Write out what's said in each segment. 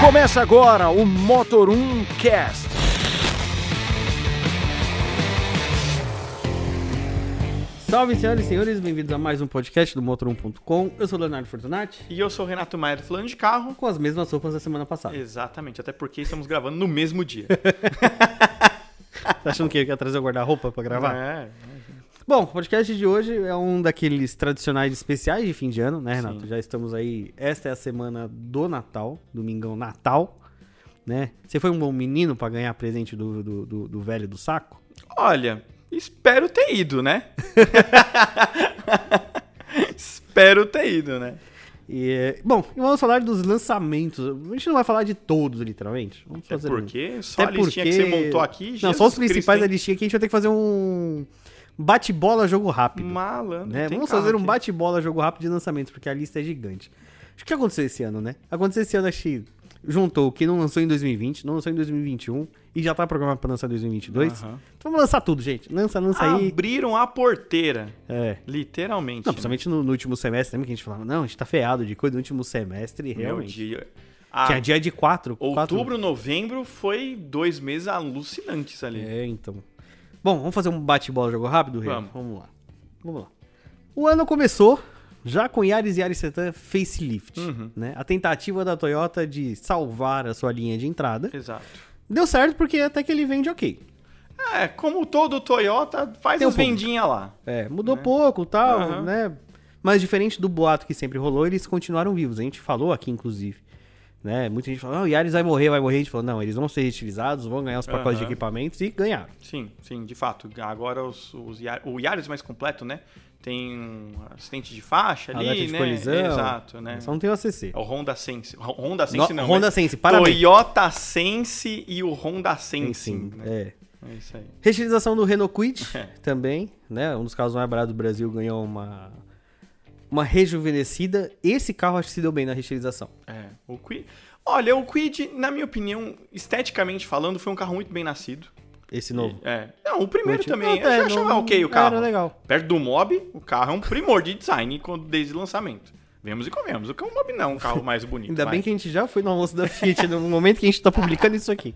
Começa agora o Motor 1 Cast. Salve, senhoras e senhores, bem-vindos a mais um podcast do Motor1.com. Eu sou o Leonardo Fortunati, E eu sou o Renato Maia, do falando de carro. com as mesmas roupas da semana passada. Exatamente, até porque estamos gravando no mesmo dia. Tá achando que eu ia trazer o guarda-roupa pra gravar? É, Bom, o podcast de hoje é um daqueles tradicionais especiais de fim de ano, né, Renato? Já estamos aí, esta é a semana do Natal, domingão Natal, né? Você foi um bom menino pra ganhar presente do, do, do- do velho do saco? Olha, espero ter ido, né? espero ter ido, né? E, é, bom, e vamos falar dos lançamentos. A gente não vai falar de todos, literalmente. Vamos Até fazer um- porque só Até a listinha que porque- você montou aqui. Não, Jesus só os principais Cristo, da hein? listinha aqui, a gente vai ter que fazer um bate-bola jogo rápido. Malandro. né? Hum, tem Vamos carro fazer um aqui. bate-bola jogo rápido de lançamentos, porque a lista é gigante. Acho que aconteceu esse ano, né? Aconteceu esse ano, acho que juntou o que não lançou em 2020, não lançou em 2021 e já tá programado pra lançar em 2022. Aham. Ah, um Então vamos lançar tudo, gente. Lança, lança aí. Abriram a porteira, É. literalmente. né? Não, principalmente no, no último semestre, lembra que a gente falava, não, a gente tá ferrado de coisa no último semestre, Meu realmente. dia. Ah, Tinha dia de quatro, quatro outubro, novembro foi dois meses alucinantes ali. É, então. Bom, vamos fazer um bate-bola jogo rápido, Rei? Vamos. Vamos lá. Vamos lá. O ano começou já com Yaris e Yaris Setan facelift, Uhum. né? A tentativa da Toyota de salvar a sua linha de entrada. Exato. Deu certo porque até que ele vende ok. É, como todo Toyota, faz Tem um as público. vendinhas lá. É, mudou pouco e tal, Né? Aham. né? Mas diferente do boato que sempre rolou, eles continuaram vivos. A gente falou aqui, inclusive. Né? Muita gente falou, ah, o Yaris vai morrer, vai morrer. A gente falou, não, eles vão ser reutilizados, vão ganhar os pacotes de Aham. equipamentos e ganharam. Sim, sim, de fato. Agora os, os Yar- o Yaris mais completo, né? Tem um assistente de faixa ali, Alerta de né? colisão. Exato, né? Só não tem o ACC. É o Honda Sense. Ho- Honda Sense No- não. Honda né? Sense, parabéns. Toyota Sense e o Honda Sense. Sim, né? é. É isso aí. Reutilização do Renault Quid É. também, né? Um dos carros mais baratos do Brasil ganhou uma uma rejuvenescida. Esse carro acho que se deu bem na reutilização. É, o Quid. Olha, o Quid, na minha opinião, esteticamente falando, foi um carro muito bem nascido. Esse novo. É. Não, o primeiro Muito- também. Não, eu é, já achava não- ok o carro. era legal. Perto do Mob, o carro é um primor de design quando- desde o lançamento. Vemos e comemos. O carro Mob não é um carro mais bonito. Ainda vai. bem que a gente já foi no almoço da Fiat no momento que a gente tá publicando isso aqui.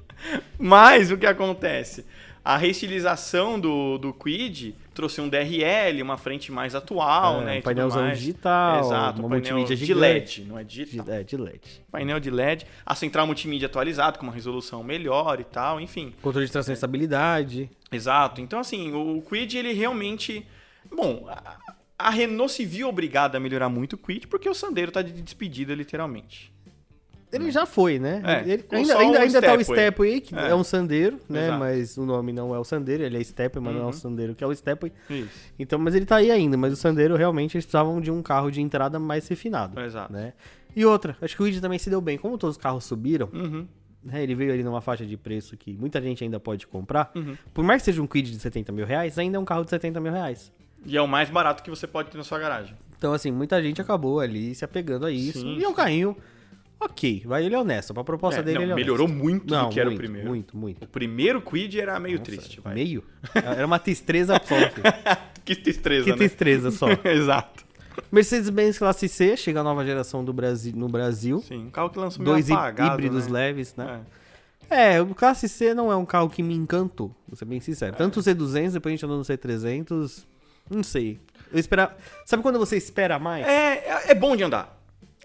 Mas o que acontece? A reestilização do, do Quid trouxe um DRL, uma frente mais atual, É, né? um e tudo painelzão mais. digital, Exato, uma um painel multimídia de gigante. LED, não é De, digital. é, de LED. Painel de LED, a central multimídia atualizada, com uma resolução melhor e tal, enfim. Controle de tração e estabilidade. Exato. Então, assim, o Quid, ele realmente. Bom, a, a Renault se viu obrigada a melhorar muito o Quid, porque o Sandero tá de despedida, literalmente. Ele já foi, né? É, Ele- com ainda só ainda, um ainda tá o Stepway. Stepway, que é, É. um Sandero, né? Exato. Uhum. Mas o nome não é o Sandero, ele é Stepway, mas não é o Sandero que é o Stepway. Isso. Então, mas ele tá aí ainda, mas o Sandero realmente eles precisavam de um carro de entrada mais refinado. Então, Exato. Né? E outra, acho que o Id também se deu bem. Como todos os carros subiram, Uhum. né, ele veio ali numa faixa de preço que muita gente ainda pode comprar. Uhum. Por mais que seja um Quid de 70 mil reais, ainda é um carro de 70 mil reais. E é o mais barato que você pode ter na sua garagem. Então, assim, muita gente acabou ali se apegando a isso. Sim, E é um carrinho, ok, vai, ele é honesto. Pra proposta É, dele, não, ele é honesto. melhorou muito do Não, que era muito, o primeiro. muito, muito. O primeiro Quid era meio triste, vai. Meio? É, Era uma tristeza só. filho. Que tristeza, que né? tristeza só. Exato. Mercedes-Benz Classe C chega a nova geração do Brasil, no Brasil. Sim, um carro que lançou meio dois hí- apagado, híbridos né? leves, né? É, o Classe C não é um carro que me encantou, vou ser bem É. sincero. Tanto o C200, depois a gente andou no C300, não sei. Eu esperava... Sabe quando você espera mais? É. É, é- é bom de andar.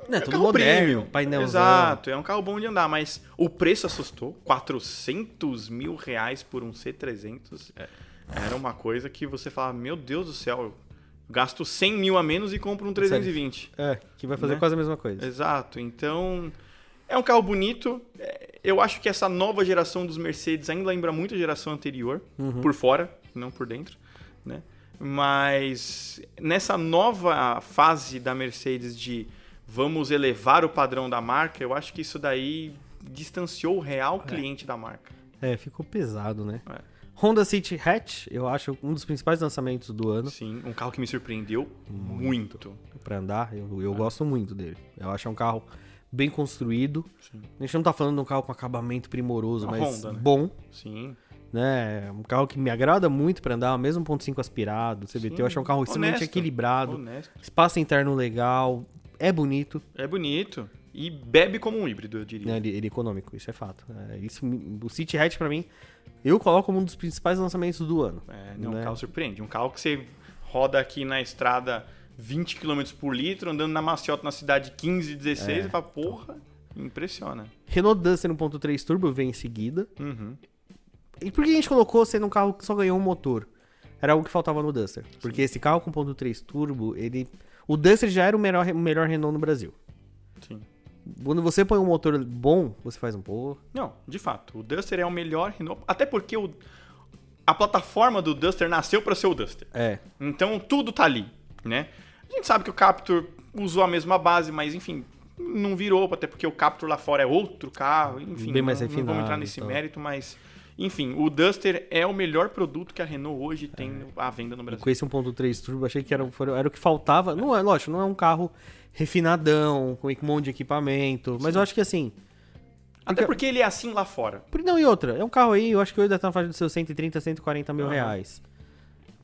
Não, é um tudo carro moderno, premium. painelzão. Exato, é um carro bom de andar, mas o preço assustou. 400 mil reais por um C300. É. Era uma coisa que você falava, meu Deus do céu, eu gasto 100 mil a menos e compro um 320. É, que vai fazer Né? quase a mesma coisa. Exato. Então, é um carro bonito. É, Eu acho que essa nova geração dos Mercedes ainda lembra muito a geração anterior, por fora, não por dentro, né? Mas nessa nova fase da Mercedes de vamos elevar o padrão da marca, eu acho que isso daí distanciou o real cliente da marca. É, ficou pesado, né? É. Honda City Hatch, eu acho um dos principais lançamentos do ano Sim, um carro que me surpreendeu muito. pra andar. Eu, É. eu gosto muito dele. Eu acho um carro bem construído. Sim. A gente não tá falando de um carro com acabamento primoroso, Uma mas Honda, né? bom. Sim. né? Um carro que me agrada muito pra andar, mesmo 1.5 aspirado, CVT, eu Sim, acho um carro extremamente honesto, equilibrado, Honesto. espaço interno legal, é bonito. É bonito. E bebe como um híbrido, eu diria. Não, ele, ele é econômico, isso é fato. É, isso, me- o City Hatch, pra mim, eu coloco como um dos principais lançamentos do ano. É, não, né? um carro surpreende. Um carro que você roda aqui na estrada 20 km por litro, andando na maciota na cidade 15, 16, e fala, porra, impressiona. Renault Duster 1.3 Turbo vem em seguida. Uhum. E por que a gente colocou sendo um carro que só ganhou um motor? Era algo que faltava no Duster. Porque esse carro com 1.3 turbo, ele... O Duster já era o melhor, o melhor Renault no Brasil. Sim. Quando você põe um motor bom, você faz um pô. Não, de fato, o Duster é o melhor Renault, até porque o, a plataforma do Duster nasceu para ser o Duster. É. Então tudo tá ali, né? A gente sabe que o Captur usou a mesma base, mas enfim, não virou, até porque o Captur lá fora é outro carro, enfim, Bem mais não, não vamos refinado entrar e nesse tal. mérito, mas enfim, o Duster é o melhor produto que a Renault hoje É. tem à venda no E Brasil. com esse 1.3 turbo, achei que era, foram- era o que faltava. Não é, lógico, não é um carro refinadão, com um monte de equipamento. Mas eu acho que assim... Até porque ele é assim lá fora. Por- Não, e outra, é um carro aí, eu acho que hoje deve estar na faixa dos seus 130, 140 mil Aham. reais.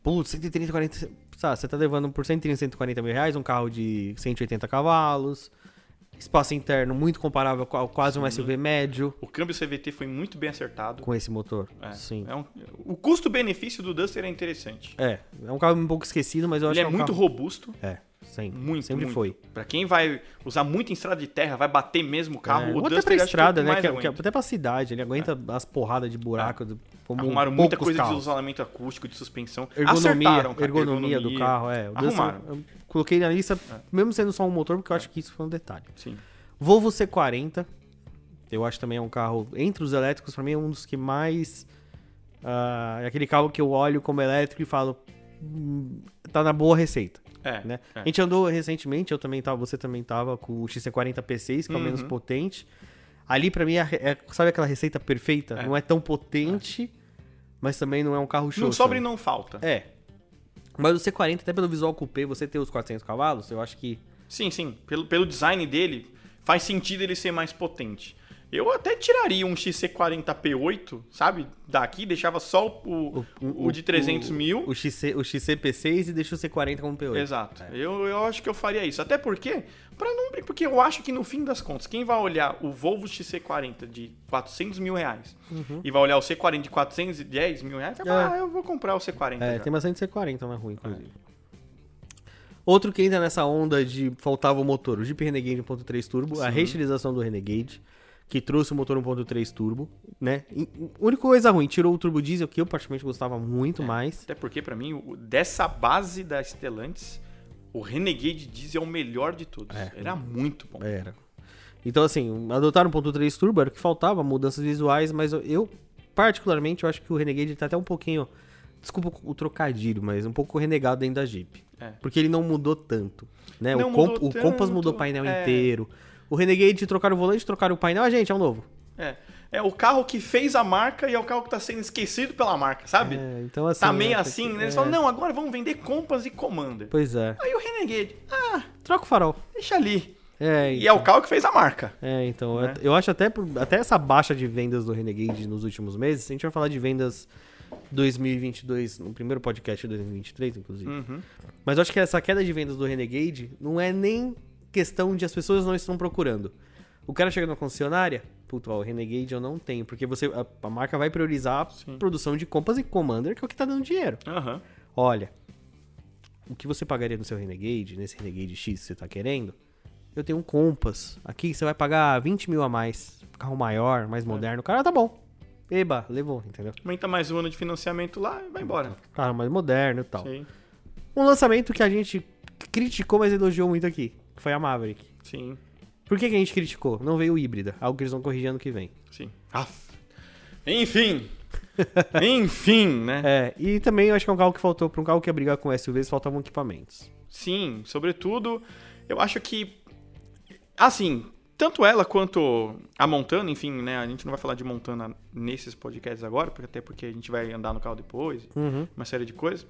Putz, 130, 40. Sabe, você tá levando por 130, 140 mil reais um carro de 180 cavalos, espaço interno muito comparável ao quase um SUV médio O câmbio CVT foi muito bem acertado. com esse motor. É, Sim. é um- o custo-benefício do Duster é interessante. É, é um carro um pouco esquecido, mas eu acho Ele é que um muito carro... robusto. É, sempre. Muito, sempre muito. foi. Pra quem vai usar muito em estrada de terra, vai bater mesmo o carro, É, o ou Duster até pra acho que é o estrada, que né? mais Que, que, aguenta. até pra cidade, ele aguenta as porradas de buraco. do- Como É. um Arrumaram muita poucos coisa de carros. isolamento acústico, de suspensão. ergonomia, Acertaram, cara, ergonomia do carro, é. O Duster, Arrumaram. É. eu coloquei na lista, mesmo sendo só um motor, porque eu acho que isso foi um detalhe. Sim. Volvo C40, eu acho também é um carro, entre os elétricos, pra mim é um dos que mais... ah, é aquele carro que eu olho como elétrico e falo, "Hum, tá na boa receita, É, né? é. A gente andou recentemente, eu também tava, você também tava com o XC40 P6, que é o menos Uhum. potente. Ali pra mim é, é- sabe aquela receita perfeita? É. Não é tão potente, mas também não é um carro show. Não sobra e não falta. É. Mas o C40, até pelo visual coupé, você ter os 400 cavalos, eu acho que... Sim, sim. Pelo, pelo design dele, faz sentido ele ser mais potente. Eu até tiraria um XC40P8, sabe? Daqui, deixava só o, o, o de 300 mil. O, XC, o XCP6 e deixa o C40 como P8. Exato. Eu, eu acho que eu faria isso. Até porque, para não brin- porque eu acho que no fim das contas, quem vai olhar o Volvo XC40 de 400 mil reais Uhum. e vai olhar o C40 de 410 mil reais, vai falar, ah, eu vou comprar o C40. É, já. tem bastante C40, não é ruim, inclusive. Outro que entra nessa onda de faltava o motor, o Jeep Renegade 1.3 Turbo, a reestilização do Renegade, que trouxe o motor 1.3 Turbo, né? E, a única coisa ruim, tirou o turbo diesel, que eu particularmente gostava muito mais. Até porque, para mim, o- dessa base da Stellantis, o Renegade diesel é o melhor de todos. É. Era muito bom. Era. Então, assim, adotaram o 1.3 turbo, era o que faltava, mudanças visuais, mas eu, eu, particularmente, eu acho que o Renegade tá até um pouquinho, desculpa o trocadilho, mas um pouco renegado dentro da Jeep. É. Porque ele não mudou tanto, né? Não o, comp, mudou o Compass mudou o tanto, painel é. inteiro. O Renegade trocaram o volante, trocaram o painel, a gente, é um novo. É. É o carro que fez a marca e é o carro que tá sendo esquecido pela marca, sabe? É, então, assim... tá meio eu acho assim, que- né? Eles é. falam, não, agora vamos vender Compass e Commander. Pois é. Aí o Renegade, ah, Troca o farol. deixa ali. É, E é o carro que fez a marca. É, então, eu- eu acho até, por- até essa baixa de vendas do Renegade nos últimos meses, a gente vai falar de vendas 2022, no primeiro podcast de 2023, inclusive. Hum. Uhum, Mas eu acho que essa queda de vendas do Renegade não é nem questão de as pessoas não estão procurando. O cara chega na concessionária, puto, ó, o Renegade eu não tenho, porque você a, a marca vai priorizar a produção de Compass e Commander, que é o que tá dando dinheiro. Aham. Olha, o que você pagaria no seu Renegade, nesse Renegade X que você tá querendo, eu tenho um Compass. Aqui você vai pagar 20 mil a mais. Carro maior, É. mais moderno. O cara, ah, tá bom. Eba, levou, entendeu? Aumenta mais um ano de financiamento lá e vai embora. Carro mais moderno e tal. Sim, Um lançamento que a gente criticou, mas elogiou muito aqui, que foi a Maverick. sim, Por que, que a gente criticou? Não veio híbrida, algo que eles vão corrigir ano que vem. sim. Aff. Enfim. Enfim, né? É, e também eu acho que é um carro que faltou, pra um carro que ia brigar com SUVs, faltavam equipamentos. Sim, sobretudo, eu acho que. Assim, tanto ela quanto a Montana, enfim, né? A gente não vai falar de Montana nesses podcasts agora, porque- até porque a gente vai andar no carro depois, uma série de coisas.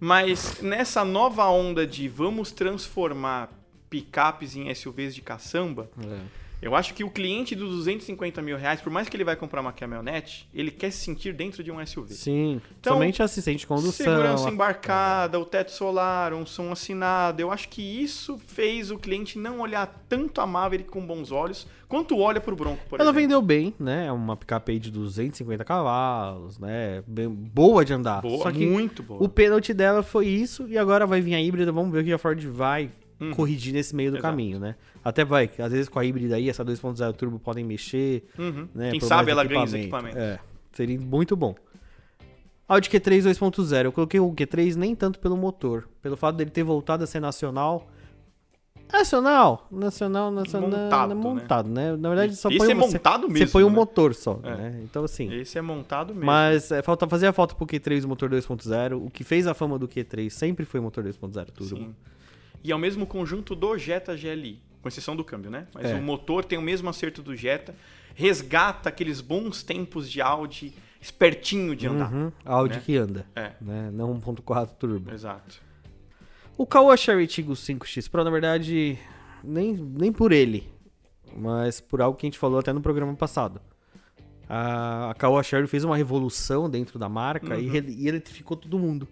Mas nessa nova onda de vamos transformar picapes em SUVs de caçamba, É. Eu acho que o cliente dos 250 mil reais, por mais que ele vai comprar uma caminhonete, ele quer se sentir dentro de um SUV. Sim, Então, somente assistente de condução. Segurança a- embarcada, o teto solar, um som assinado. Eu acho que isso fez o cliente não olhar tanto a Maverick com bons olhos quanto olha pro Bronco, por Ela exemplo. vendeu bem, né? É uma picape aí de 250 cavalos, né? Bem- boa de andar. Boa, Só que muito boa. o pênalti dela foi isso e agora vai vir a híbrida, vamos ver o que a Ford vai corrigir nesse meio do Uhum. Exato. caminho, né? Até vai, que às vezes com a híbrida aí, essa 2.0 turbo podem mexer, Uhum. né? Quem problemas sabe de ela ganha os equipamentos. É, seria muito bom. Audi Q3 2.0, eu coloquei o Q3 nem tanto pelo motor, pelo fato dele ter voltado a ser nacional... Nacional, nacional, nacional, Montado, né? montado, né? Na verdade, só Esse põe é você- montado você mesmo. põe um né? motor só, É. né? Então, assim. Esse é montado mesmo. Mas é, falta, fazia falta pro Q3 o motor 2.0. O que fez a fama do Q3 sempre foi o motor 2.0 turbo. Sim. E é o mesmo conjunto do Jetta GLI, com exceção do câmbio, né? Mas É. o motor tem o mesmo acerto do Jetta, resgata aqueles bons tempos de Audi, espertinho de andar. Uhum, Audi né? que anda, É, né? Não 1.4 turbo. exato. O Kawasaki Artigo 5X Pro, na verdade, nem, nem por ele, mas por algo que a gente falou até no programa passado. A, a Kawasaki fez uma revolução dentro da marca Uhum. e, re- e eletrificou todo mundo.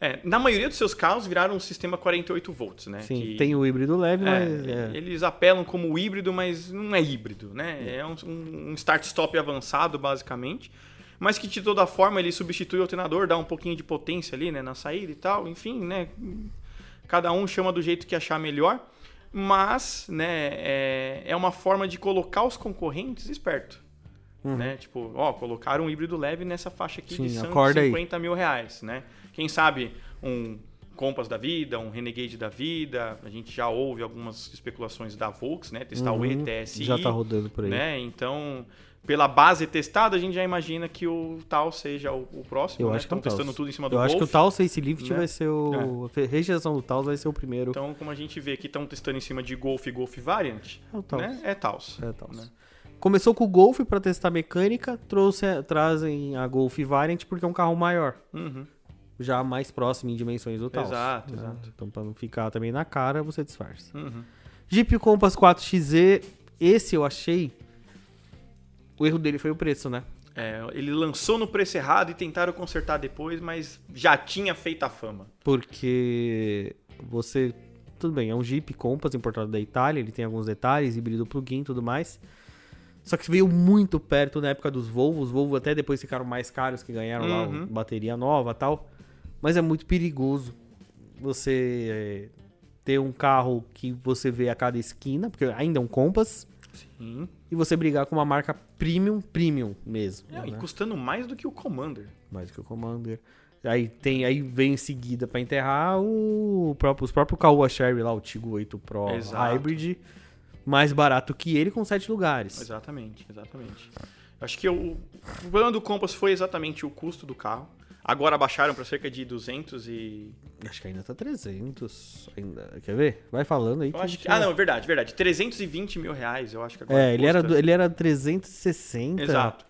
É, na maioria dos seus carros viraram um sistema 48 volts, né? Sim, Que- tem o híbrido leve, mas... É, é. Eles apelam como híbrido, mas não é híbrido, né? É um, um- um start-stop avançado, basicamente. Mas que de toda forma ele substitui o alternador, dá um pouquinho de potência ali, né? Na saída e tal, enfim, né? Cada um chama do jeito que achar melhor. Mas, né, é, é uma forma de colocar os concorrentes esperto. Né? Tipo, ó, colocaram um híbrido leve nessa faixa aqui Uhum. Sim, de acorda aí. 150 mil reais, né? Quem sabe um Compass da vida, um Renegade da vida, a gente já ouve algumas especulações da Volks, né? Testar o Uhum, ETSI, Já tá rodando por aí. né? Então, pela base testada, a gente já imagina que o tal seja o, o próximo, Eu né? ace que é Estão o Taos. testando tudo em cima do Eu acho que o Golf. Taos Face Lift né? vai ser o. A rejeição do Taos vai ser o primeiro. Então, como a gente vê que estão testando em cima de Golf e Golf Variant, É o Taos. né? É Taos. É, Taos. né? Começou com o Golf para testar mecânica, trouxe, trazem a Golf Variant porque é um carro maior, Uhum. já mais próximo em dimensões do Taos. Exato, né? exato. Então, para não ficar também na cara, você disfarça. Uhum. Jeep Compass 4XZ, esse eu achei. O erro dele foi o preço, né? É, ele lançou no preço errado e tentaram consertar depois, mas já tinha feito a fama. Porque você. Tudo bem, é um Jeep Compass importado da Itália, ele tem alguns detalhes, híbrido plug-in e tudo mais. Só que veio muito perto na época dos Volvo. Os Volvo até depois ficaram mais caros, que ganharam lá Uhum. o- bateria nova e tal. Mas é muito perigoso você é, ter um carro que você vê a cada esquina, porque ainda é um Compass, Sim. e você brigar com uma marca premium, premium mesmo. É, E né? custando mais do que o Commander. mais que o Commander. Aí tem, aí vem em seguida pra enterrar o próprio, os próprios Kawa Sherry lá, o Tigo 8 Pro Exato. Hybrid, mais barato que ele com sete lugares. Exatamente, exatamente. Acho que o, o problema do Compass foi exatamente o custo do carro. Agora baixaram para cerca de 200 e... Acho que ainda tá 300, ainda. Quer ver? Vai falando aí. Eu acho a que... gente Ah, vai- não, é verdade, verdade. 320 mil reais, eu acho que agora É, ele era, custa. do- ele era 360. Exato.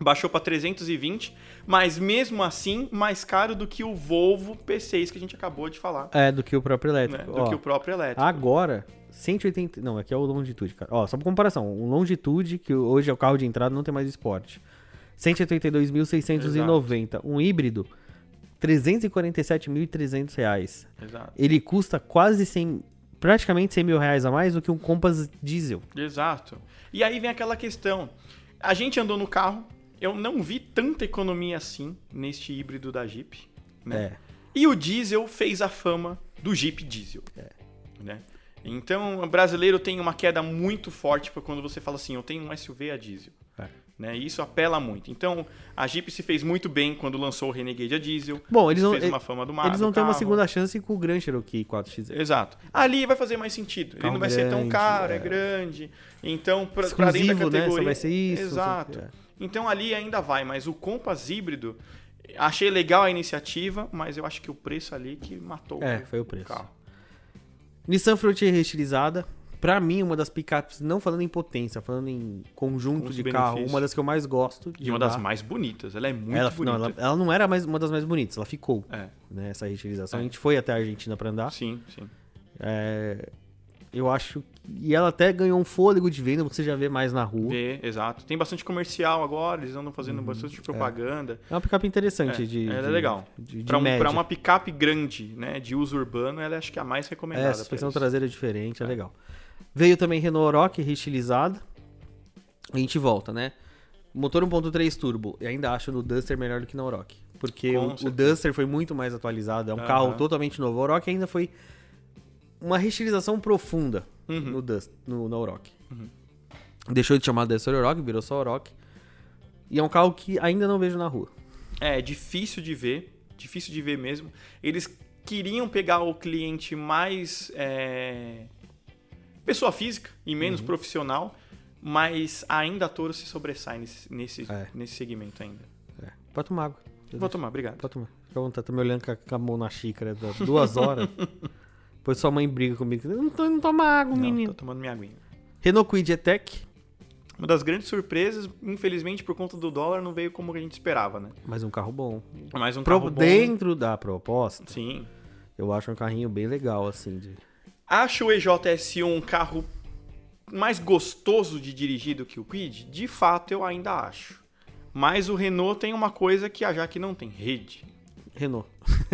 Baixou para 320, mas mesmo assim, mais caro do que o Volvo P6 que a gente acabou de falar, É, do que o próprio né? elétrico. Do Ó, que o próprio elétrico. Agora, 180. Não, aqui é o longitude, cara. Ó, só por comparação, um longitude, que hoje é o carro de entrada, não tem mais esporte. 182.690. Um híbrido, 347.300 reais. Exato. Ele custa quase 100, praticamente 100 mil reais a mais do que um Compass diesel. Exato. E aí vem aquela questão. A gente andou no carro, eu não vi tanta economia assim neste híbrido da Jeep, né? É. E o diesel fez a fama do Jeep diesel. É. Né? Então, o brasileiro tem uma queda muito forte pra quando você fala assim, eu tenho um SUV a diesel. É. Né? E isso apela muito. Então, a Jeep se fez muito bem quando lançou o Renegade a diesel. Bom, eles não, fez e- uma fama do mar. eles não têm uma segunda chance com o Grand Cherokee 4XZ. Exato. Ali vai fazer mais sentido. Ele Carro não vai ser tão grande, caro, é, é. grande. Então, pra, pra dentro da Exclusivo, né? categoria. Só vai ser isso. Exato. só- é. Então ali ainda vai, mas o Compass híbrido, achei legal a iniciativa, mas eu acho que o preço ali que matou É, foi o preço. carro. Nissan Frontier reestilizada. Pra mim, uma das picapes, não falando em potência, falando em conjunto Os de carro, benefícios. uma das que eu mais gosto. E uma das andar. mais bonitas, ela é muito ela, bonita. Não, ela, ela não era mais uma das mais bonitas, ela ficou, É, né? Essa reutilização. É. A gente foi até a Argentina pra andar. sim, sim. Eu acho. que- E ela até ganhou um fôlego de venda, você já vê mais na rua. Vê, exato. Tem bastante comercial agora, eles andam Uhum, fazendo bastante propaganda. É uma picape interessante É, de. ela é de- legal. De, de Pra um- média. pra uma picape grande, né, de uso urbano, ela acho que é a mais recomendada. É, pra suspensão isso. traseira diferente, é legal. Veio também Renault Oroch restilizada. A gente volta, né? Motor 1.3 turbo. Eu ainda acho no Duster melhor do que no Oroch. Porque Com o, o certeza. Duster foi muito mais atualizado. É um Aham. carro totalmente novo. O Oroch ainda foi uma restilização profunda Uhum. no, Dust, no, no Oroch. Deixou de chamar Duster Oroch, virou só Oroch. E é um carro que ainda não vejo na rua. É, é difícil de ver, difícil de ver mesmo. Eles queriam pegar o cliente mais é, pessoa física e menos profissional, mas ainda a Toro se sobressai nesse, nesse, É. nesse segmento ainda. É. Pode tomar água. Vou tomar, obrigado. Pode tomar. Fica à vontade, tá me olhando com a, com a mão na xícara du- duas horas. Depois sua mãe briga comigo. Não, to- não toma água, Não, Um menino. tô tomando minha aguinha. Renault Kwid E-Tech, Uma das grandes surpresas, infelizmente por conta do dólar, não veio como a gente esperava, né? mas um carro bom. Mas um Pro- carro bom. Dentro da proposta, Sim. eu acho um carrinho bem legal, assim. de- Acho o EJS1 um carro mais gostoso de dirigir do que o Quid? De fato, eu ainda acho. Mas o Renault tem uma coisa que a Jaque não tem, rede. Renault.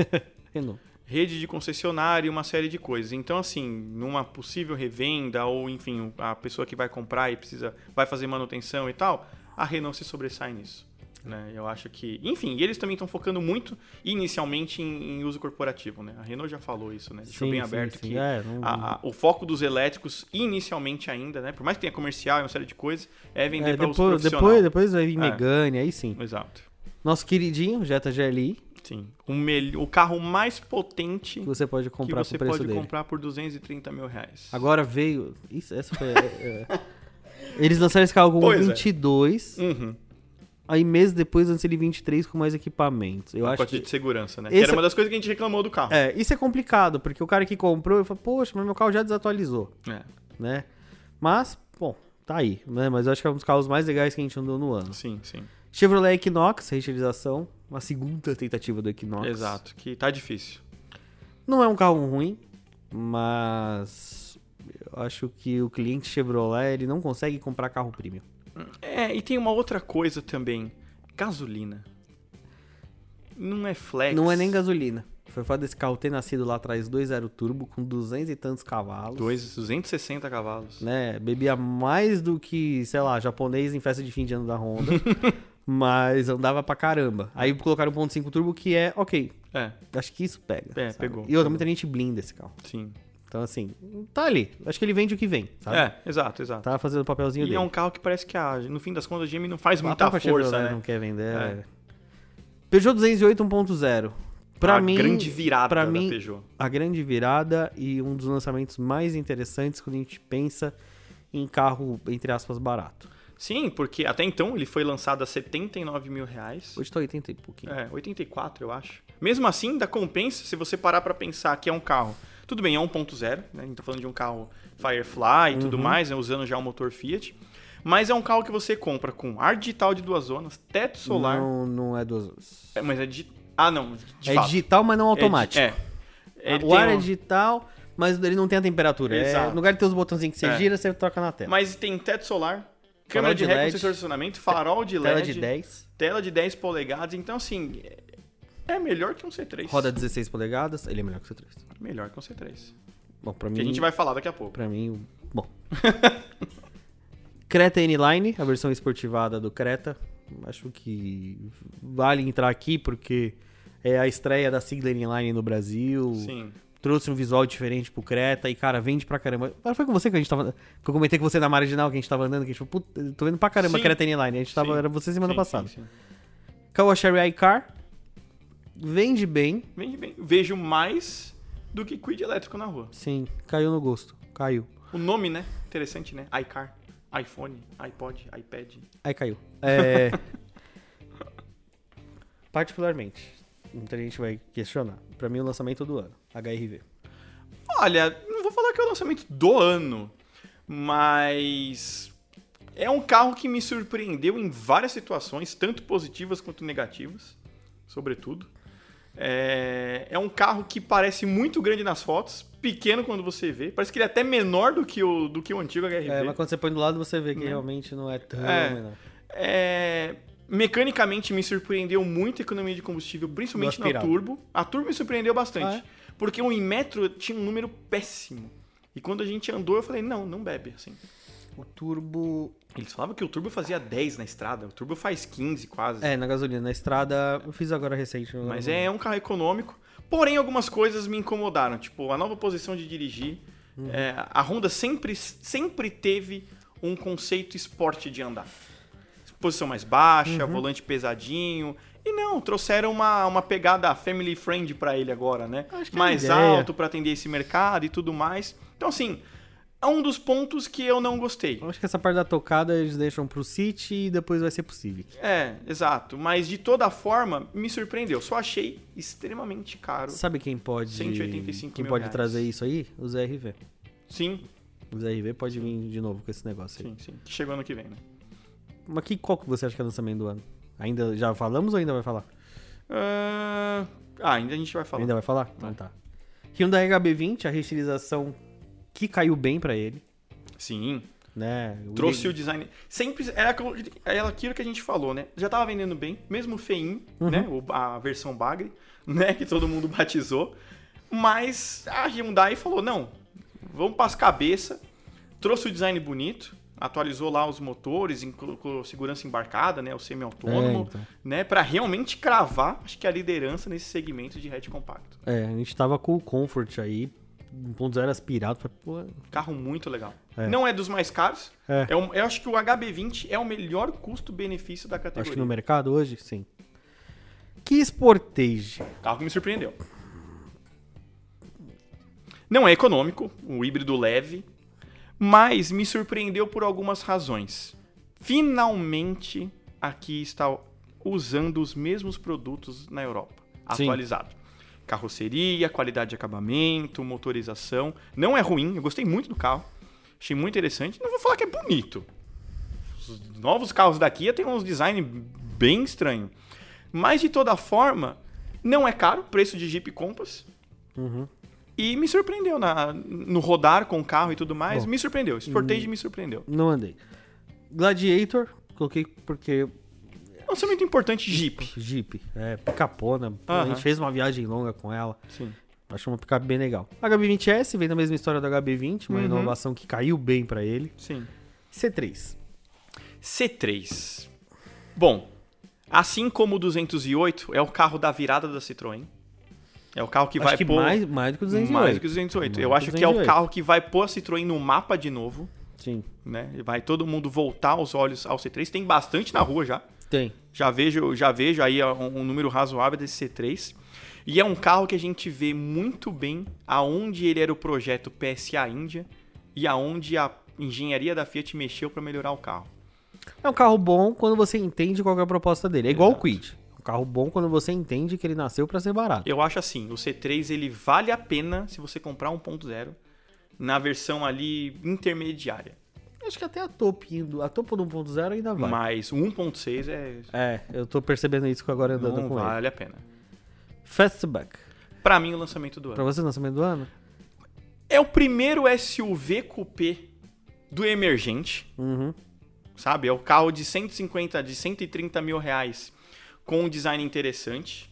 Renault. Rede de concessionária e uma série de coisas. Então, assim, numa possível revenda ou, enfim, a pessoa que vai comprar e precisa, vai fazer manutenção e tal, a Renault se sobressai nisso. Né? Eu acho que... Enfim, e eles também estão focando muito, inicialmente, em, em uso corporativo, né? A Renault já falou isso, né? Deixou Sim, bem sim, aberto Ah, sim. que É, não- a- a- o foco dos elétricos, inicialmente ainda, né? Por mais que tenha comercial e uma série de coisas, é vender é, para os depois, profissionais. depois, depois vai vir É. Megane, aí sim. Exato. Nosso queridinho Jetta GLI, Sim. O, mel- o carro mais potente que você pode que comprar você com o preço pode dele. comprar por 230 mil reais. Agora veio... Isso, essa foi... é, é. Eles lançaram esse carro com Pois é. 22... Uhum. Aí meses depois lancei ele 23 com mais equipamentos. Eu Um acho pacote que. de segurança, né? Esse Que era é- uma das coisas que a gente reclamou do carro. É, isso é complicado, porque o cara que comprou, eu falo, poxa, mas meu carro já desatualizou, É. né? Mas, bom, tá aí, né? Mas eu acho que é um dos carros mais legais que a gente andou no ano. Sim, sim. Chevrolet Equinox, reutilização, uma segunda tentativa do Equinox. Exato. Que tá difícil. Não é um carro ruim, mas eu acho que o cliente Chevrolet, ele não consegue comprar carro premium. É, e tem uma outra coisa também. Gasolina. Não é flex. Não é nem gasolina. Foi o fato desse carro ter nascido lá atrás 2.0 turbo com 200 e tantos cavalos. Dois- 260 cavalos. né? Bebia mais do que, sei lá, japonês em festa de fim de ano da Honda. mas andava pra caramba. Aí colocaram 1.5 turbo que é, ok, É, acho que isso pega. É, pegou, E outra, pegou. muita gente blinda esse carro. sim. Então, assim, tá ali. Acho que ele vende o que vem, sabe? É, exato, exato. Tá fazendo o papelzinho E dele. é um carro que parece que, a, no fim das contas, a Jimmy não faz tá A muita própria força, Chevrolet né? não quer vender. É. é. Peugeot 208 1.0. Pra a mim, grande virada pra da mim, Peugeot. a grande virada e um dos lançamentos mais interessantes quando a gente pensa em carro, entre aspas, barato. Sim, porque até então ele foi lançado a 79 mil reais. Hoje tá 80 e pouquinho. É, 84, eu acho. Mesmo assim, ainda compensa se você parar pra pensar que é um carro. Tudo bem, é 1.0, né? A gente tá falando de um carro Firefly e Uhum. tudo mais, né? usando já o motor Fiat. Mas é um carro que você compra com ar digital de duas zonas, teto solar. Não, não é duas. É, mas é de. Ah, não. De é fato. digital, mas não É de- automático. É. Ele o ar tem é um- digital, mas ele não tem a temperatura. É, Exato. no lugar de ter os botãozinhos que você É. gira, você toca na tela. Mas tem teto solar, câmera de de ré com LED, sensor de estacionamento, farol de LED, tela de 10, tela de 10 polegadas. Então, assim, é é melhor que um C3. roda 16 polegadas, ele é melhor que o C3. Melhor que um C3. Bom, pra mim. Que a gente vai falar daqui a pouco. Pra mim, o- bom. Creta N-Line, a versão esportivada do Creta. Acho que vale entrar aqui porque é a estreia da sigla N-Line no Brasil. Sim. trouxe um visual diferente pro Creta e, cara, vende pra caramba. Mas Foi com você que a gente tava. Que eu comentei com você na marginal que a gente tava andando, que a gente falou, puta, tô vendo pra caramba Sim. Creta N-Line. A gente tava. Sim. Era você semana Sim, passada. sim, sim. Kawasari iCar. Vende bem. Vende bem. Vejo mais do que Quid elétrico na rua. Sim, caiu no gosto. Caiu. O nome, né? Interessante, né? iCar, iPhone, iPod, iPad. Aí caiu. É. Particularmente. Muita gente vai questionar. Pra mim, o lançamento é do ano. HRV. Olha, não vou falar que é o lançamento do ano, mas é um carro que me surpreendeu em várias situações, tanto positivas quanto negativas, sobretudo. É, é um carro que parece muito grande nas fotos, pequeno quando você vê. Parece que ele é até menor do que o, do que o antigo HRV. É, mas quando você põe do lado, você vê que realmente não é tão É. menor. É, mecanicamente me surpreendeu muito a economia de combustível, principalmente Do na aspirado. turbo. A turbo me surpreendeu bastante. Ah, é? Porque o Inmetro tinha um número péssimo. E quando a gente andou, eu falei, não, não bebe, assim. O turbo. Eles falavam que o turbo fazia 10 na estrada, o turbo faz 15 quase. É, na gasolina. Na estrada, eu fiz agora recente. eu- Mas é um carro econômico. Porém, algumas coisas me incomodaram. Tipo, a nova posição de dirigir. Uhum. É, a Honda sempre, sempre teve um conceito esporte de andar. Posição mais baixa, Uhum. volante pesadinho. E não, trouxeram uma, uma pegada family friend pra ele agora, né? Acho que é a mais ideia. alto pra atender esse mercado e tudo mais. Então, assim, é um dos pontos que eu não gostei. Eu acho que essa parte da tocada eles deixam pro City e depois vai ser pro Civic. É, exato. Mas de toda forma, me surpreendeu. Só achei extremamente caro. Sabe quem pode. 185 Quem mil pode reais. trazer isso aí? Os RV. Sim, Os RV pode vir de novo com esse negócio aí. Sim, sim. Que chegou ano que vem, né? Mas que, qual que você acha que é o lançamento do ano? Ainda já falamos ou ainda vai falar? Ah, ah, ainda a gente vai falar. Ainda vai falar? Então tá. Hyundai HB20, a restilização que caiu bem pra ele, Sim. né? Trouxe o design. Sempre. Era aquilo- era aquilo que a gente falou, né? Já tava vendendo bem, mesmo feinho, né? O- A versão bagre, né? Que todo mundo batizou. Mas a Hyundai falou: não, vamos pras cabeça. Trouxe o design bonito, atualizou lá os motores, em- colocou segurança embarcada, né? O É, semi-autônomo, então. né? Pra realmente cravar, acho que a liderança nesse segmento de hatch compacto. É, a gente tava com o Comfort aí, 1.0 aspirado. falei, Pô, Carro muito legal. É. Não é dos mais caros. É. É. um- eu acho que o HB20 é o melhor custo-benefício da categoria. acho que no mercado hoje, sim. Que Sportage. Carro que me surpreendeu. Não é econômico, um híbrido leve, mas me surpreendeu por algumas razões. Finalmente, aqui está usando os mesmos produtos na Europa, Sim. atualizado. Carroceria, qualidade de acabamento, motorização. Não é ruim, eu gostei muito do carro. Achei muito interessante. Não vou falar que é bonito. Os novos carros da Kia têm uns design bem estranho. Mas de toda forma, não é caro o preço de Jeep Compass. Uhum. E me surpreendeu na, no rodar com o carro e tudo mais. Bom. me surpreendeu. Esse Sportage me surpreendeu. Não andei. Gladiator, coloquei porque É um instrumento importante Jeep. Jeep, é, picapona. A Aham. gente fez uma viagem longa com ela. Sim. Achou uma picape bem legal. HB20S vem da mesma história do HB20, uma Uhum. inovação que caiu bem pra ele. Sim. C3. C3. Bom, assim como o 208 é o carro da virada da Citroën. É o carro que Acho vai que pôr mais, mais do que o 208. mais do que o 208. Eu Mais acho que o que é o 208. carro que vai pôr a Citroën no mapa de novo, Sim, né? E Vai todo mundo voltar os olhos ao C3. Tem bastante na rua já. tem. Já vejo, já vejo aí um, um número razoável desse C3. E é um carro que a gente vê muito bem aonde ele era o projeto PSA Índia e aonde a engenharia da Fiat mexeu para melhorar o carro. É um carro bom quando você entende qual que é a proposta dele. É igual Exato. o Quid. Um carro bom quando você entende que ele nasceu pra ser barato. Eu acho assim, o C3 ele vale a pena se você comprar 1.0 na versão ali intermediária. Acho que até a topo, a topo do 1.0 ainda vai. Mas o 1.6 é É, eu tô percebendo isso agora andando não com ele. vale a pena. Fastback. Pra mim o lançamento do ano. Pra você, lançamento do ano? É o primeiro SUV coupé do emergente, Uhum. sabe? É o carro de 150, de 130 mil reais com um design interessante.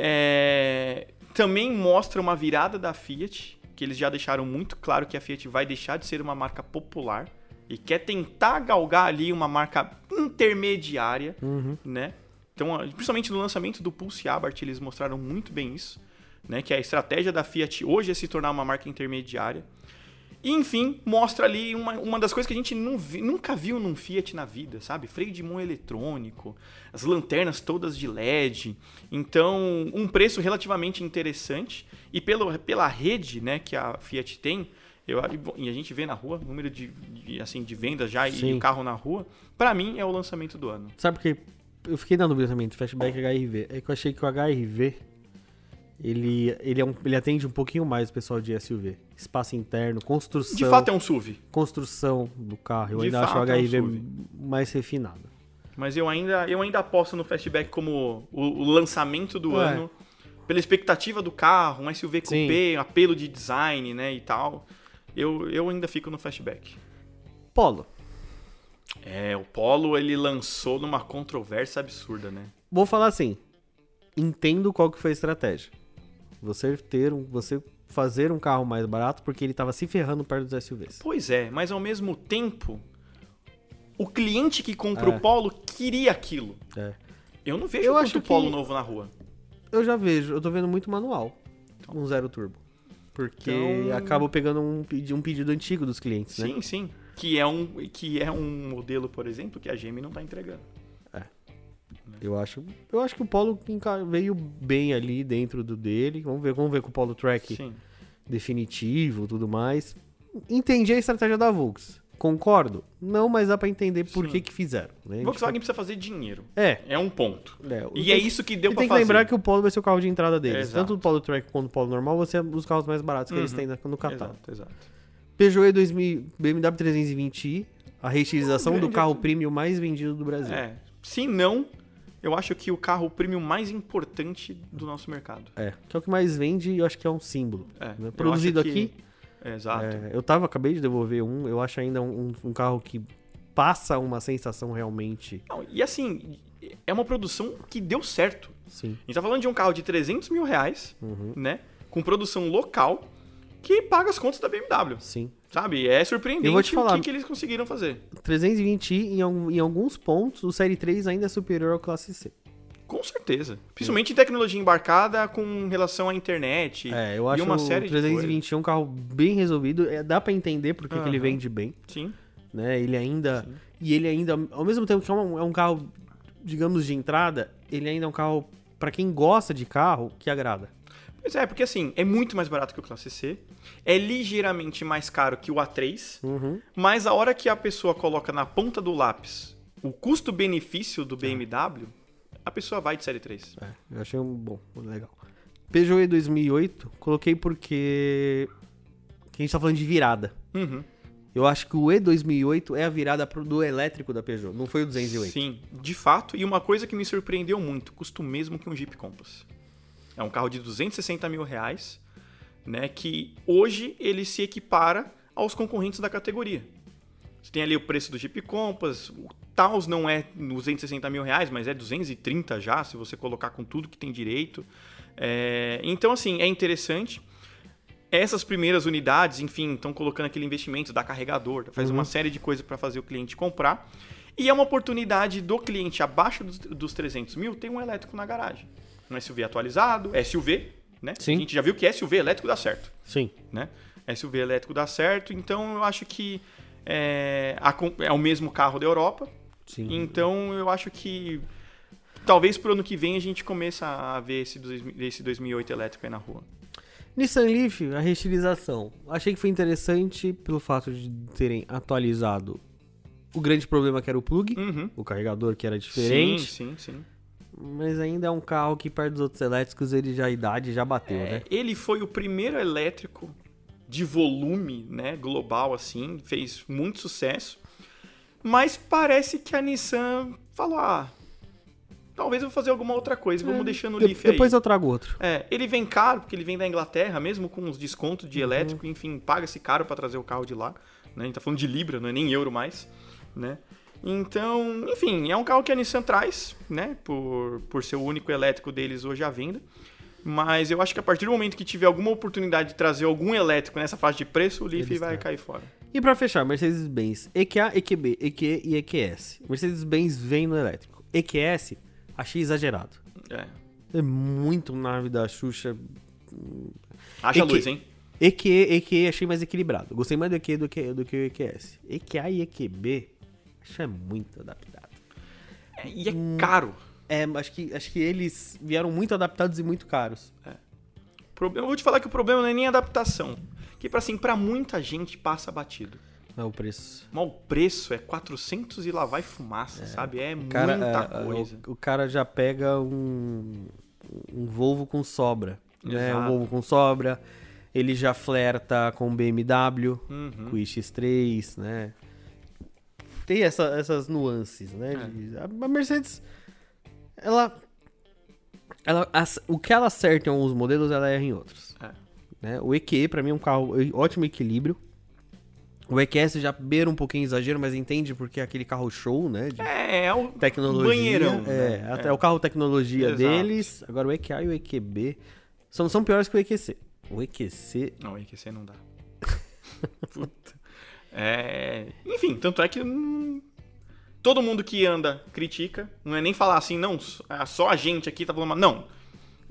É, Também mostra uma virada da Fiat, que eles já deixaram muito claro que a Fiat vai deixar de ser uma marca popular e quer tentar galgar ali uma marca intermediária, né? Então, a- principalmente no lançamento do Pulse Abarth, eles mostraram muito bem isso, né? Que a estratégia da Fiat hoje é se tornar uma marca intermediária. E, enfim, mostra ali uma, uma das coisas que a gente não vi- nunca viu num Fiat na vida, sabe? Freio de mão eletrônico, as lanternas todas de LED. Então, um preço relativamente interessante. E pelo, pela rede né, que a Fiat tem, eu, e a gente vê na rua, número de, de, assim, de vendas já e Sim. o carro na rua, pra mim é o lançamento do ano. Sabe porque eu fiquei na dúvida também do Ah. Fastback e HRV. É que eu achei que o HRV ele, ele, é um- ele atende um pouquinho mais o pessoal de SUV. Espaço interno, construção, De fato é um SUV, construção do carro. Eu De ainda acho o fato é um HRV SUV. mais refinado. mas eu ainda, eu ainda aposto no Fastback como o, o lançamento do É. ano pela expectativa do carro, um SUV Sim. coupé, um apelo de design, né, e tal. Eu, eu ainda fico no Fastback. Polo. É, o Polo ele lançou numa controvérsia absurda, né? Vou falar assim. Entendo qual que foi a estratégia. Você ter um, você fazer um carro mais barato porque ele tava se ferrando perto dos SUVs. Pois é, mas ao mesmo tempo, o cliente que compra É. o Polo queria aquilo. É. Eu não vejo Eu tanto acho que- Polo novo na rua. Eu já vejo, eu tô vendo muito manual. Um zero turbo. Porque Então- acabo pegando um, pedi- um pedido antigo dos clientes, né? Sim, sim. Que é, um, que é um modelo, por exemplo, que a Gemi não tá entregando. Eu acho, eu acho que o Polo enca- veio bem ali dentro do dele. Vamos ver, vamos ver com o Polo Track Sim. definitivo, tudo mais. Entendi a estratégia da Volks. Concordo? Não, mas dá pra entender por Sim. que que fizeram, né? A gente Volkswagen precisa fazer dinheiro. fa- É. É um ponto. é, E é isso que deu e pra tem que fazer. lembrar que o Polo vai ser o carro de entrada deles. Exato. Tanto o Polo Track quanto o Polo normal, vão ser os carros mais baratos que eles Uhum. têm na- no catálogo. Exato, exato. Peugeot E2000, BMW 320i, a reestilização do grande carro ator. premium mais vendido do Brasil. É. Se não, eu acho que o carro premium mais importante do nosso mercado. É, que é o que mais vende e eu acho que é um símbolo. É, né? eu Produzido acho que- aqui, É, exato. é, eu tava, acabei de devolver um, eu acho ainda um, um carro que passa uma sensação realmente, Não, e assim, é uma produção que deu certo. sim. A gente tá falando de um carro de 300 mil reais, Uhum. né? Com produção local, que paga as contas da BMW, Sim. sabe? É surpreendente Eu vou te o falar. que, que eles conseguiram fazer. 320i, em, al- em alguns pontos, o Série 3 ainda é superior ao Classe C. Com certeza. Principalmente em tecnologia embarcada com relação à internet. É, eu E acho uma o série de 320 um carro bem resolvido. é, dá pra entender porque que ele Aham. vende bem, Sim. né? Ele ainda e ele ainda, ao mesmo tempo que é um, é um carro, digamos de entrada, ele ainda é um carro pra quem gosta de carro que agrada. Pois é, porque assim, é muito mais barato que o Classe C, é ligeiramente mais caro que o A3, Uhum. mas a hora que a pessoa coloca na ponta do lápis o custo-benefício do BMW, a pessoa vai de série 3. É, eu achei um bom, um legal. Peugeot E 2008, coloquei porque que a gente tá falando de virada. Uhum. Eu acho que o E2008 é a virada pro- do elétrico da Peugeot, não foi o 208. Sim, de fato. E uma coisa que me surpreendeu muito, custa o mesmo que um Jeep Compass. É um carro de 260 mil reais, né? Que hoje ele se equipara aos concorrentes da categoria. Você tem ali o preço do Jeep Compass, o Taos não é 260 mil reais, mas é 230 já, se você colocar com tudo que tem direito. É, então, assim, é interessante. Essas primeiras unidades, enfim, estão colocando aquele investimento, dá carregador, faz uma série de coisas para fazer o cliente comprar. E é uma oportunidade do cliente abaixo dos, dos 300 mil ter um elétrico na garagem. Um SUV atualizado, SUV, né? Sim. A gente já viu que SUV elétrico dá certo Sim. né? SUV elétrico dá certo, então eu acho que é, a com- é o mesmo carro da Europa, Sim. então eu acho que talvez pro ano que vem a gente começa a ver esse, dois- esse 2008 elétrico aí na rua. Nissan Leaf, a reestilização. Achei que foi interessante pelo fato de terem atualizado o grande problema que era o plug, Uhum. o carregador que era diferente, Sim, sim, sim. mas ainda é um carro que perto dos outros elétricos ele já a idade já bateu, É, né? ele foi o primeiro elétrico de volume, né, global assim, fez muito sucesso. Mas parece que a Nissan falou: "Ah, talvez eu vou fazer alguma outra coisa, vamos deixando o É. De- Leaf aí". depois eu trago outro. É, ele vem caro, porque ele vem da Inglaterra, mesmo com os descontos de elétrico, enfim, paga-se caro pra trazer o carro de lá. Né? A gente tá falando de Libra, não é nem euro mais, né? Então, enfim, é um carro que a Nissan traz, né? Por, por ser o único elétrico deles hoje à venda. Mas eu acho que a partir do momento que tiver alguma oportunidade de trazer algum elétrico nessa faixa de preço, o Leaf Eles vai trazem. cair fora. E pra fechar, Mercedes-Benz EQA, EQB, EQE e EQS. Mercedes-Benz vem no elétrico. EQS achei exagerado. É. É muito nave da Xuxa. Haja E que- luz, hein? EQE, EQE achei mais equilibrado. Gostei mais do EQE do que, do que o EQS. EQA e EQB acho é muito adaptado. É, e é caro. É, acho que, acho que eles vieram muito adaptados e muito caros. Problema- Eu vou te falar que o problema não é nem a adaptação. Que, pra, assim, pra muita gente passa batido. É o preço. Mas o preço é 400 e lá vai fumaça, sabe? É O cara, muita a- a- coisa. O, o cara já pega um, um Volvo com sobra. Né? Um Exato. Volvo com sobra. Ele já flerta com BMW, Uhum. com o X3, né? Tem essa- essas nuances, né? É. de- a, a Mercedes, ela Ela, as- o que ela acerta em alguns modelos, ela erra em outros. É. né? O EQE, pra mim, é um carro em ótimo equilíbrio. O EQS já beira um pouquinho exagero, mas entende porque é aquele carro show, né? De É, é o tecnologia. banheirão. É, né? até o carro tecnologia Exato. deles. Agora o EQA e o EQB são, são piores que o EQC. O EQC. Não, é enriquecer não dá. Puta. É, Enfim, tanto é que hum, todo mundo que anda critica. Não é nem falar assim, não, s- ah, só a gente aqui tá falando. mal. Não.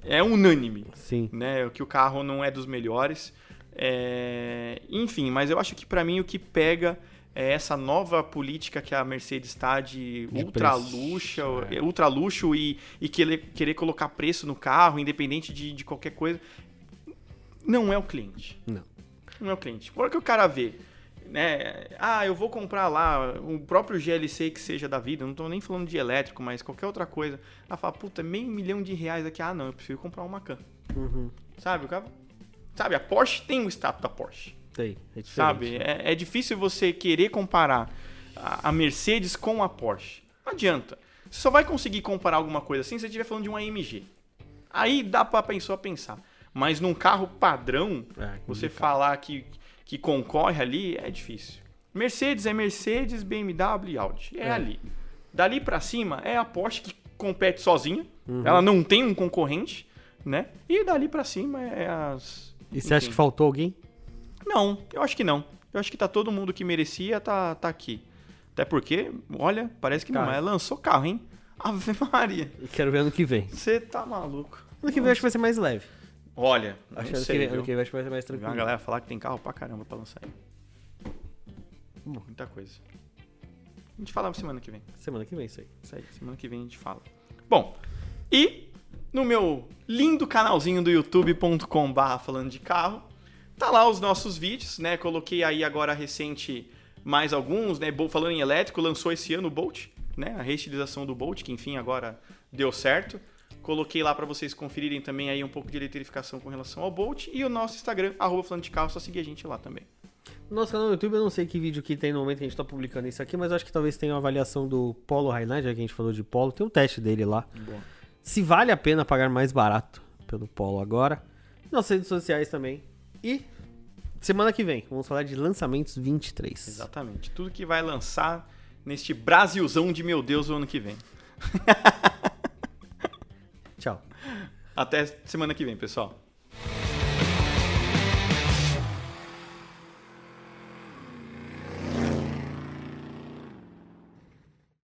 É unânime, Sim. né? Que o carro não é dos melhores. É, Enfim, mas eu acho que pra mim o que pega é essa nova política que a Mercedes está de, De ultra preço, é. luxo, ultra luxo e, e querer, querer colocar preço no carro, independente de, de qualquer coisa. Não é o cliente Não. no meu cliente. Por que o cara vê, né? Ah, eu vou comprar lá o próprio GLC que seja da vida, eu não tô nem falando de elétrico, mas qualquer outra coisa. Ela fala, puta, é meio milhão de reais aqui. Ah, não, eu prefiro comprar uma Macan. Uhum. Sabe? O cara, sabe, a Porsche tem o status da Porsche. Tem. É diferente. Sabe? É, é difícil você querer comparar a, a Mercedes com a Porsche. Não adianta. Você só vai conseguir comparar alguma coisa assim se você estiver falando de uma AMG. Aí dá pra pessoa pensar. Mas num carro padrão, É, você falar que, que concorre ali é difícil. Mercedes é Mercedes, BMW e Audi. É, ali. Dali pra cima é a Porsche que compete sozinha. Uhum. Ela não tem um concorrente, né? E dali pra cima é as. E você acha enfim. que faltou alguém? Não, eu acho que não. Eu acho que tá todo mundo que merecia tá, tá aqui. Até porque, olha, parece que não, Cara. mas lançou carro, hein? Ave Maria. Eu quero ver ano que vem. Você tá maluco. Ano que vem eu acho que vai ser mais leve. Olha, Acho não que ano sei, que vem- viu? ano que vem eu acho que vai ser mais Tem tranquilo. uma galera falar que tem carro pra caramba pra lançar aí. Muita coisa. A gente fala semana que vem. Semana que vem, isso aí. Isso aí, semana que vem a gente fala. Bom, e no meu lindo canalzinho do youtube.com barra falando de carro, tá lá os nossos vídeos, né? Coloquei aí agora recente mais alguns, né? Bo- Falando em elétrico, lançou esse ano o Bolt, né? A reestilização do Bolt, que enfim agora deu certo. Coloquei lá pra vocês conferirem também aí um pouco de eletrificação com relação ao Bolt e o nosso Instagram, arroba falando de carro, só seguir a gente lá também. No nosso canal no YouTube, eu não sei que vídeo que tem no momento que a gente tá publicando isso aqui, mas eu acho que talvez tenha uma avaliação do Polo Highline, já que a gente falou de Polo. Tem um teste dele lá. Boa. Se vale a pena pagar mais barato pelo Polo agora. Nas redes sociais também. E semana que vem, vamos falar de lançamentos 23. Exatamente. Tudo que vai lançar neste Brasilzão de meu Deus o ano que vem. Tchau. Até semana que vem, pessoal.